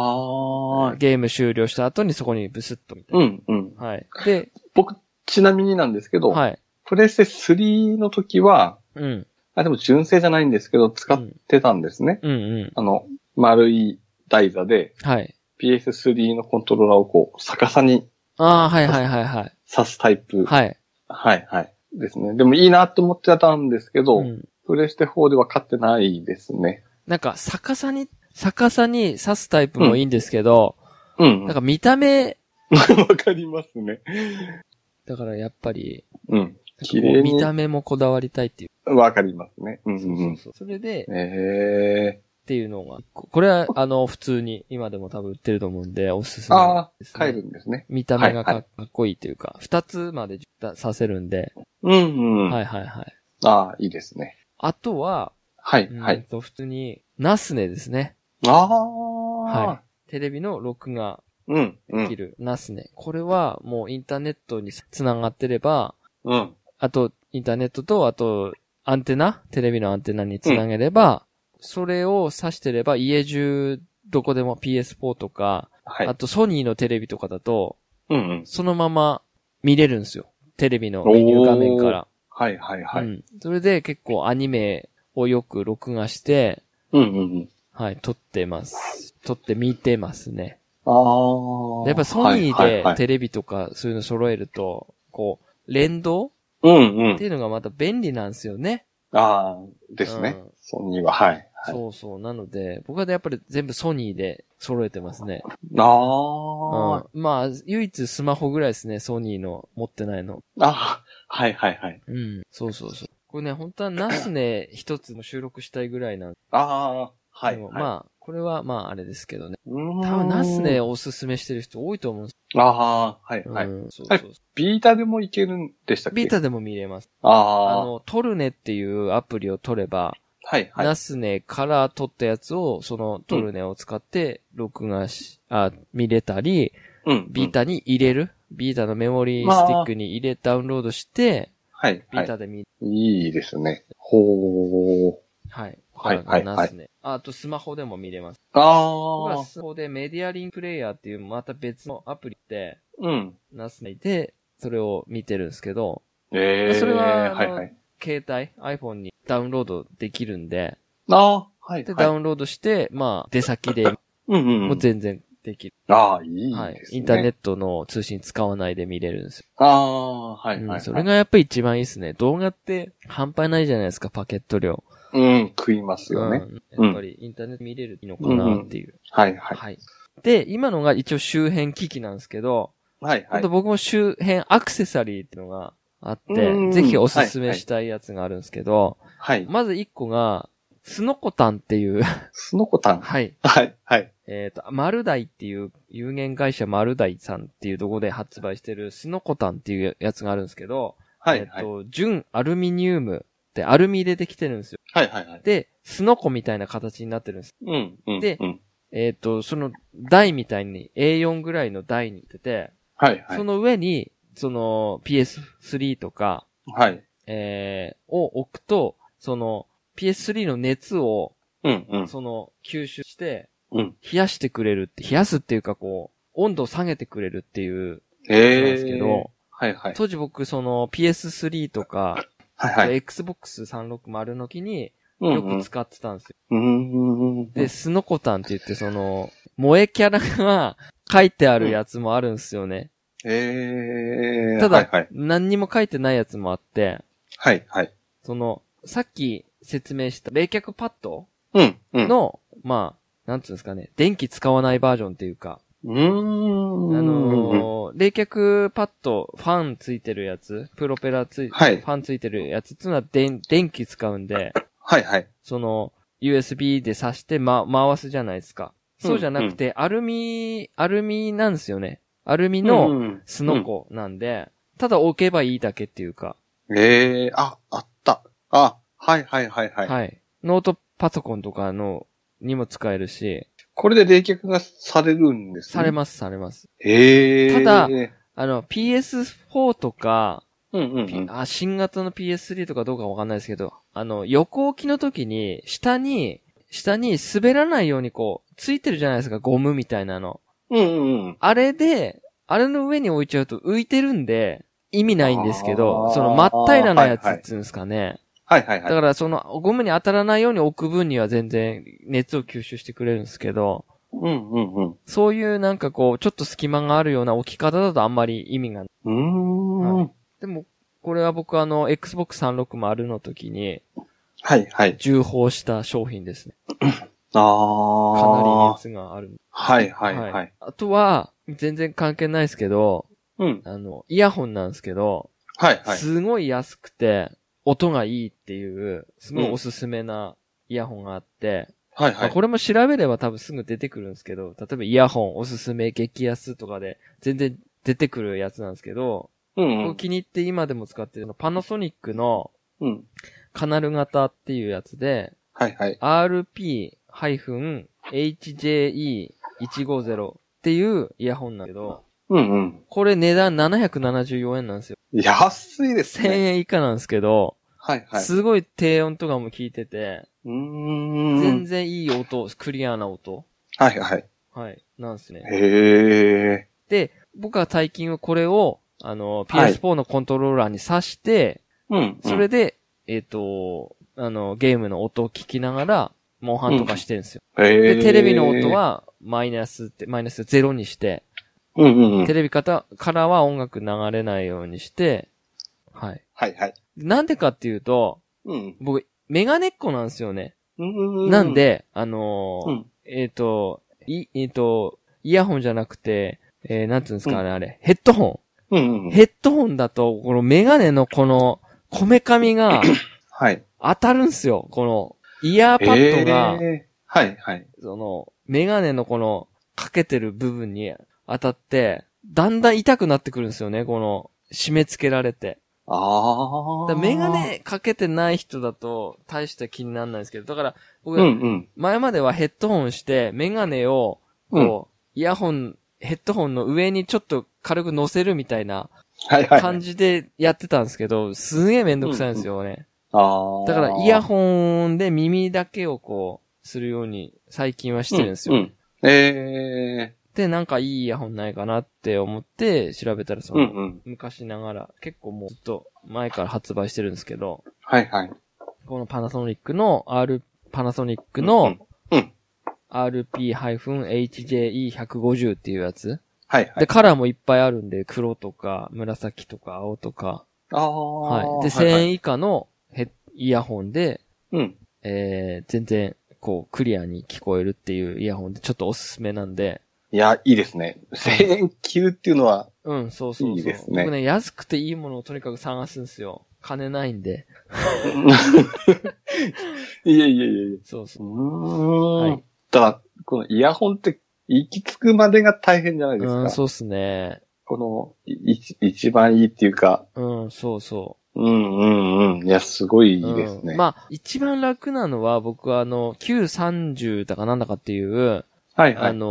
B: ああ、
A: ゲーム終了した後にそこにブスッとみたい
B: うん、うん。
A: な。はい。で、
B: 僕、ちなみになんですけど、
A: はい。
B: プレステ3の時は、
A: うん。
B: あ、でも純正じゃないんですけど、使ってたんですね。
A: うんうん。
B: あの、丸い台座で、
A: はい。
B: PS3 のコントローラーをこう、逆さに
A: ああ、はいはいはいはい。
B: 刺すタイプ。い。
A: はい。
B: はい、はい。ですね。でもいいなと思ってたんですけど、
A: うん
B: プレステ4では買ってないですね。
A: なんか逆さに、逆さに刺すタイプもいいんですけど、
B: うん。
A: なん
B: わ
A: か見た目、
B: かりますね。
A: だからやっぱり、
B: うん。
A: なん
B: 綺
A: かこう
B: 麗
A: 見
B: に
A: た。目もこだわりたいっていう。
B: わかりますね。うん、
A: そう
B: う
A: そうんそう。それで
B: う、ん。ええ
A: っていうのが、これは、あの、普通に今でも多分売ってると思うんで、おすす
B: ー。
A: め
B: あ
A: です、
B: あ、
A: ね。
B: 帰るんですね。
A: 見た目がか,、
B: はい
A: かっこいいというか、二つまでさせるんで、
B: うん、うん。
A: はいはいはい。
B: ああ、いいですね。
A: あとは、
B: は
A: う
B: い、
A: ん
B: はい。
A: と、普通に、ナスネですね。
B: ああ、
A: はテレビの録画
B: い。うん、う
A: でき
B: ん。
A: るナスネ。これはもうインターネットにつながってれば、
B: うん。
A: あと、インターネットと、あと、アンテナテレビのアンテナにつなげれば、それを挿してれば家中どこでも PS4 とか、
B: はい
A: あ。とソニーのテレビとかだと、
B: うん、うん。
A: そのまま見れるんですよ。テレビのメニュー画面から。
B: はい、はい、は
A: う
B: い。
A: ん。それで結構アニメをよく録画して、
B: うん、うん、うん。
A: はい、撮ってます。撮って見てますね。
B: ああ。
A: やっぱソニ
B: はいは
A: ー
B: いは
A: でテ
B: い
A: レビとかそういうの揃えると、こう、連動
B: うん、う
A: っ
B: ん
A: て。いうのがまた便利なんですよね。
B: ああ、です
A: う
B: ね
A: ん。
B: ソニーは、はい。はい。
A: そうそう。なので、僕はやっぱり全部ソニーで揃えてますね。
B: あ
A: うん、まあ、唯一スマホぐらいですね、ソニーの持ってないの。
B: あ。あはいはいはい。
A: うん。そうそうそう。これね、本当はナスね、一つも収録したいぐらいなんで、
B: ああ。はい。
A: でも
B: あ、
A: まあ、これはまああれですけどね。
B: う
A: 多
B: ーん
A: 分ナスね、。おすすめしてる人多いと思うんです
B: ああー、はい
A: よ。
B: はい。
A: うん、そうそうそう
B: ビータでもいけるんでしたっけ
A: ビータでも見れます。あ
B: ああ。
A: の、トルネっていうアプリを取れば、
B: はいはい。
A: ナスネから撮ったやつを、そのトルネを使って録画し、あ、見れたり、
B: うん。
A: ビー
B: タ。
A: タに入れる、ビータのメモリースティックに入れ、ダウンロードして、
B: はい
A: ビ
B: は
A: ー
B: い。
A: タで見る。
B: いいですね。ほー。
A: はい。
B: はいはいはい
A: ナスネ。ああとスマホでも見れます。僕
B: あ
A: は
B: あ。
A: スマホでメディアリンプレイヤーっていうまた別のアプリで、
B: うん。
A: ナスネで、それを見てるんですけど、
B: ええ。
A: それはあの
B: はいはい。
A: 携帯、iPhone にダウンロードできるんで、
B: ああ、はい。
A: で、
B: は
A: ダ
B: い
A: ウンロードして、まあ、出先で、も
B: うんうんう。
A: うん全然できる。
B: ああ、いい
A: はい
B: ですね。
A: インターネ
B: ッ
A: ットの通信使わないで見れるんですよ。
B: ト。ああー、はいはいは
A: うん
B: い。
A: それがやっぱり一番いいですね。動画って半端ないじゃないですか、パケット量。
B: うん、食いますよね。
A: うん、やっぱりインターネット見れるのかなっていう。
B: はいはい。
A: はい。で、今のが一応周辺機器なんですけど、
B: はいは
A: あと
B: い。
A: 僕も周辺アクセサリーっていうのがあっ
B: う
A: て、
B: ん
A: ぜひおすすめしたいやつがあるんですけど、
B: はい。
A: まず一個が、スノコタンっていう、
B: スノコタン。
A: はい。
B: はいはい。
A: えっ、と、マルダイっていう、有限会社マルダイさんっていうとこで発売してるスノコタンっていうやつがあるんですけど、
B: はい
A: え
B: は
A: っ
B: い。
A: と、純アルミニウムってアルミでできてるんですよ。
B: はいはいはい。
A: で、スノコみたいな形になってるんです。
B: うん、うん。
A: で
B: うん
A: えっ、と、その台みたいに A4 ぐらいの台にってて、
B: はいはい
A: そ。の上に、その PS3 とか、
B: はい。
A: えー、を置くと、その PS3 の熱を、
B: うん、うん。
A: その吸収して、
B: うん。
A: 冷やしてくれるって、冷やすっていうかこう、温度を下げてくれるっていうやつなん
B: ええ。
A: ですけど、
B: はいはい。
A: 当時僕その PS3 とか、
B: はいはい。
A: Xbox360 の時に
B: うん
A: よく使ってたんですよ。
B: うん。うん。
A: で、スノコタンって言ってその、萌えキャラが書いてあるやつもあるんですよね。
B: ええ。
A: ただ、
B: はいはい。
A: 何にも書いてないやつもあって、
B: はいはい。
A: その、さっき説明した冷却パッド
B: うん、うん。
A: の、まあ、なんつうんですかね、電気使わないバージョンっていうか、
B: う
A: あ
B: ーん。
A: のー冷却パッド、ファンついてるやつ、プロペラつい、
B: はい
A: ファンついてるやつっていうのは電、電気使うんで、
B: はいはい。
A: その、USB で挿して、ま、回すじゃないですか。そうじゃなくて、アルミ、アルミなんですよね。アルミの
B: の
A: スノ。コなんで、ただ置けばいいだけっていうか、
B: うんええ、あ、あった。あ、はいはいはいはい。
A: はい。ノートパソコンとかの、にも使えるし、
B: これで冷却がされるんですね
A: されます、されます。
B: へえ。
A: ただ
B: うん
A: あの、PS4 とか、
B: うんう
A: P-
B: ん。
A: あ、新型の PS3 とかどうかわかんないですけど、あの、横置きの時に、下に、下に滑らないようにこう、ついてるじゃないですか、ゴムみたいなの。
B: うんうんうん。
A: あれで、あれの上に置いちゃうと浮いてるんで、意味ないんですけど
B: あ、ー
A: その真っ平らなやつっていうんですかね。
B: はいはい
A: だ
B: はい。
A: からそのゴムに当たらないように置く分には全然熱を吸収してくれるんですけど、
B: うんうん
A: そういうなんかこう、ちょっと隙間があるような置き方だとあんまり意味がない。
B: うん。うーん。
A: でも、これは僕あの、Xbox 360の時に
B: はいはい。
A: 重宝した商品ですね。
B: あ
A: かなり
B: あ。
A: 熱がある。
B: はいはいはい。
A: あとは、全然関係ないですけど、
B: うん。
A: あの、イヤホンなんですけど、
B: はいはい。
A: すごい安くて、音がいいっていう、すごいおすすめなイヤホンがあって、
B: はい
A: ま
B: は
A: あ
B: い。
A: これも調べれば多分すぐ出てくるんですけど、例えばイヤホンおすすめ激安とかで全然出てくるやつなんですけど、
B: う
A: こ
B: んう
A: れ
B: ん。
A: 気に入って今でも使ってるのパナソニックの
B: うん。
A: カナル型っていうやつで、
B: はいはい。
A: RP-HJE150 っていうイヤホンなんだけど、
B: うんうん。
A: これ値段774円なんですよ。
B: 安いです
A: 1000
B: ね。
A: 円以下なんですけど、
B: はいはい。
A: すごい低音とかも聞いてて、
B: うー
A: 全
B: ん。
A: 然いい音、クリアな音。
B: はいはい。
A: はい。なんですね。
B: へえ。
A: で、僕は最近はこれを、あの、
B: はい
A: PS4 のコントローラーに挿して、
B: うん。
A: それで、えっ、と、あの、ゲームの音を聞きながら、モンハンとかしてるんですよ。
B: で
A: で、テレビの音、は、マイナスって、マイナスゼロにして、
B: うんうんうん。
A: テレビ方からは音楽流れないようにして、はい。
B: はいはい。
A: なんでかっていうと、
B: うん。
A: 僕、メガネっ子なんですよね。なん、で、あのー
B: うん
A: えっ、と、い、えっ、と、イヤホンじゃなくて、えーなんつうんですかね、あれ、ヘッドホ
B: うんうんう
A: ン。
B: ん。
A: ヘッドホンだと、このメガネのこの、こめかみが
B: はい。
A: 当たるんすよ。この、イヤーパッドが、
B: えーはい、はい。
A: その、メガネのこの、かけてる部分に当たって、だんだん痛くなってくるんですよね、この、締め付けられて。
B: あ
A: だ
B: あ。
A: からメガ。ネかけてない人だと、大して気にならないんですけど、だから、僕、
B: うんうん。
A: 前まではヘッドホンして、メガネを、こう、イヤホン、ヘッドホンの上にちょっと軽く乗せるみたいな
B: はいはい。
A: 感じでやってたんですけど、すげえめんどくさいんですよね。
B: ああ。
A: だからイヤホンで耳だけをこう、するように最近はしてるんですよ。
B: うんうんえ
A: で、なんかいいイヤホンないかなって思って調べたらそ
B: ーうん
A: の、
B: うん。
A: 昔ながら、結構もうずっと前から発売してるんですけど、
B: はいはい。
A: このパナソニックの R、パナソニックの、
B: うんうん。
A: RP-HJE150 っていうやつ。
B: はいは
A: で、
B: い。
A: カラーもいっぱいあるんで、黒とか、紫とか、青とか。
B: ああ。
A: はい。で、
B: は
A: 1000
B: い
A: 円以下のヘッイヤホンで、
B: うん。
A: えー、全然、こう、クリアに聞こえるっていうイヤホンで、ちょっとおすすめなんで。
B: いや、いいですね。1000円切るっていうのは、
A: うん、そうそうそう。
B: いいですね
A: 僕ね、安くていいものをとにかく探すんですよ。金ないんで。
B: いやいやいやいや。
A: そうそうう。
B: ー
A: は
B: ん
A: い。
B: ただ、このイヤホンって、行き着くまでが大変じゃないです
A: うん、
B: か。
A: そうっすね。
B: この、い一一番いいっていうか、
A: うん、そうそう。
B: うんうんうん。いや、すごいいいです
A: う
B: ね。
A: んまあ、一番楽なのは、僕はあの、Q30 だかなんだかっていう、
B: はいは
A: あ
B: い。
A: の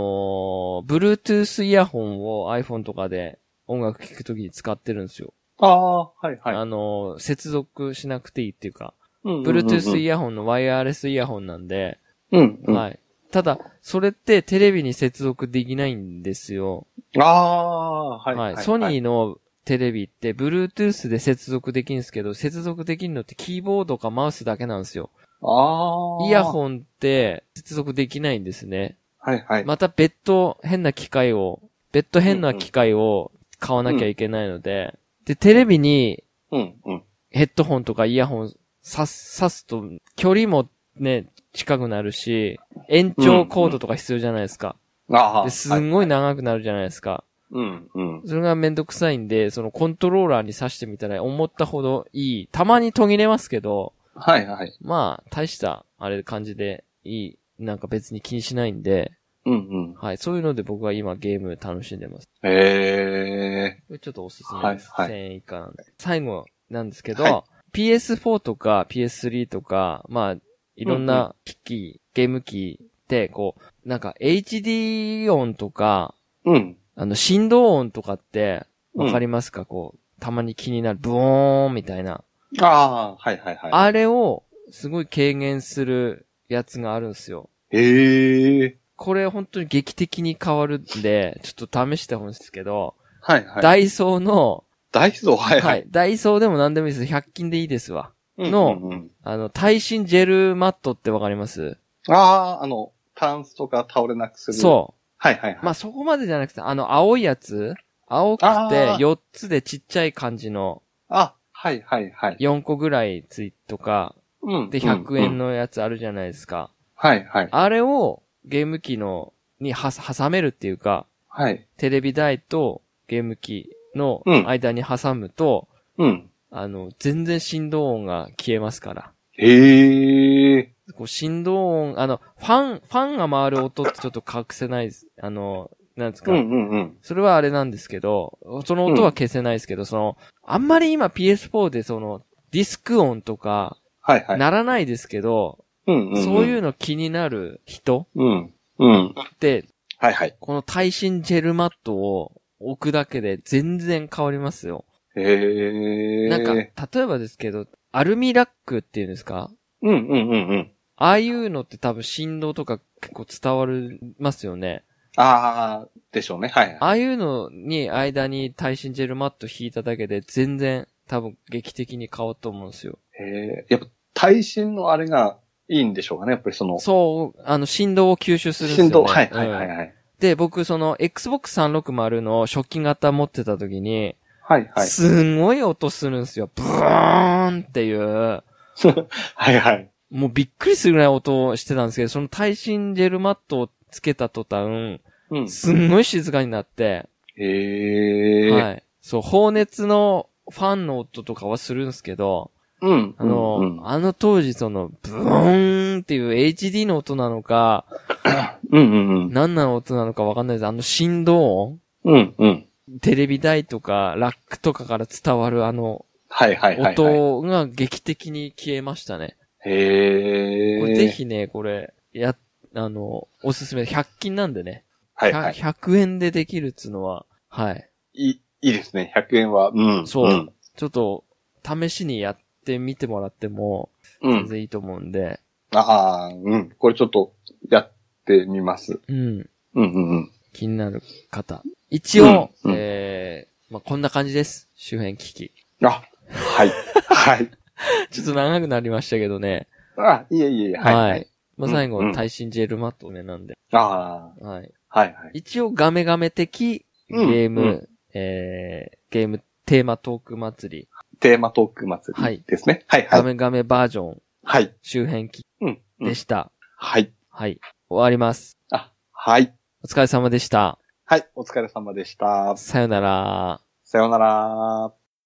A: ー、Bluetooth イヤホンを iPhone とかで音楽聴くときに使ってるんですよ。
B: ああ、はいはい。
A: あのー、接続しなくていいっていうか、
B: うんうんうん
A: Bluetooth イヤホンのワイヤレスイヤホンなんで、
B: うんうん。
A: はい。ただ、それってテレビに接続できないんですよ。
B: ああ、はいはい。
A: ソニーのテレビって、Bluetooth で接続できるんですけど、接続できるのってキーボードかマウスだけなんですよ。
B: ああ。
A: イヤ
B: ン。
A: ホンって接続できないんですね。
B: はいはい。
A: また別途変な機械を、別途変な機械を買わなきゃいけないので、で、テレビに
B: うんうん。
A: ヘッドホンとかイヤホンさす、さすと距離もね、近くなるし、延長コードとか必要じゃないですか。
B: ああ。
A: ですんごい長くなるじゃないですか。
B: うんうん。
A: それがめんどくさいんで、そのコントローラーに挿してみたら思ったほどいい。たまに途切れますけど、
B: はいはい。
A: まあ、大した、あれ、感じで、いい、なんか別に気にしないんで、
B: うんうん。
A: はい、そういうので僕は今ゲーム楽しんでます。
B: ええ
A: これちょっとおすすめです。
B: はい
A: 1000円以下なんで。最後なんですけど、
B: は
A: PS4 とか PS3 とか、まあ、いろん
B: うん
A: な機器、ゲーム機って、こう、なんか HD 音とか、
B: うん。
A: あの、振動音とかって、わかり
B: ま
A: ますか、こう、たまに気になる、ブオーンみたいな。
B: す。ああ、はいはいはい。
A: あれを、すごい軽減するやつがあるんですよ。
B: ええ
A: これ本当に劇的に変わるんで、ちょっと試してほしいんですけど、
B: はいはい。
A: ダイソーの、
B: ダイソー、は
A: はいい、
B: はい。
A: ダイソーでも何でもいいです。100均でいいですわ。
B: うん
A: の
B: うんうん
A: あの、耐震ジェルマットってわかります
B: ああ、あの、タンスとか倒れなくする。う。
A: そ
B: はいはいは
A: う。
B: い。
A: まあ、そこまでじゃなくて、あの、青いやつ青くて
B: あー
A: 4つでちっちゃい感じの
B: あ、はいはいはい。
A: 4個ぐらいついとか、
B: うん。
A: で100円。のやつあるじゃないですか。
B: はいはい。
A: あれをゲーム機の、には挟めるっていうか、
B: はい。
A: テレビ台とゲーム機の
B: うん
A: 間に挟むと、
B: うん。
A: あの、全然振動音が消えますから。
B: ええ
A: こう振動音、あの、ファン、ファンが回る音ってちょっと隠せないです。あの、なんです
B: う
A: か。
B: んうんうん。
A: それはあれなんですけど、その音は消せないですけど、その、あんまり今 PS4 でその、ディスク音とか、
B: はいはい。
A: ならないですけど、
B: うんうん。
A: そういう
B: う。
A: の気になる人
B: うん。うん。
A: って、
B: はいはい。
A: この耐震ジェルマットを置くだけで全然変わりますよ。
B: ええ
A: なんか、例えばですけど、アルミラックっていうんですか
B: うんうんうんうん。
A: ああいうのって多分振動とか結構伝わりますよね。
B: ああ、でしょうね。はいはい。
A: ああいうのに間に耐震ジェルマット引いただけで全然多分劇的に変わると思うんですよ。
B: ええやっぱ耐震のあれがいいんでしょうかね。やっぱりその、
A: そう、あの振動を吸収するんですよ、ね。
B: 振動。はいはいはい
A: うん
B: はい。
A: で、僕その Xbox 360の初期型持ってた時に、
B: はいはい。
A: すんごい音するんですよ。ブーンっていう。
B: はいはい。
A: もうびっくりするぐらい音をしてたんですけど、その耐震ジェルマットをつけた途端、
B: うん。
A: すんごい静かになって、
B: へえ。
A: はい。そう、放熱のファンの音とかはするんですけど、
B: うん。
A: あの、
B: うん
A: あの当時その、ブーンっていう HD の音なのか、
B: うんうんうん。
A: 何なの音なのかわかんないです。あの振動音
B: うんうん。
A: テレビ台とか、ラックとかから伝わるあの、
B: はいはいはい、はい。
A: 音が劇的に消えましたね。
B: へえ。
A: これぜ。ひね、これ、や、あの、おすすめ、100均なんでね。
B: はいはい。
A: 100円でできるっつうのは、はい。
B: いい、いいですね。100円は。うん。。
A: そうんちょっと、試しにやってみてもらっても、
B: う
A: 全
B: ん。
A: 然いいと思うんで、
B: ああ、うん。これちょっとやってみます。
A: うん。
B: うんうんうん。
A: 気になる方。一応、
B: うんうん
A: えー、まあ、こんな感じです。周辺機器。
B: あ、はい。はい。
A: ちょっと長くなりましたけどね。
B: あ、いえいえいえ、はい。はい、
A: まあ、最後
B: うんう、ん
A: 耐震ジェルマットね、なんで。
B: あ
A: はい。
B: あ、はいはい。
A: 一応、ガメガメ的ゲーム、
B: うんう
A: えー、ゲームテーマトーク祭り、
B: テーマトーク祭
A: はい
B: りですね。はい、は
A: ガ
B: い。
A: メガメバージョン
B: はい。
A: 周辺機
B: うん。う
A: で
B: ん
A: した。
B: はい。
A: はい。終わります。
B: あ、はい。
A: お疲れ様でした。
B: はい。お疲れ様でした。
A: さよなら。
B: さようなら。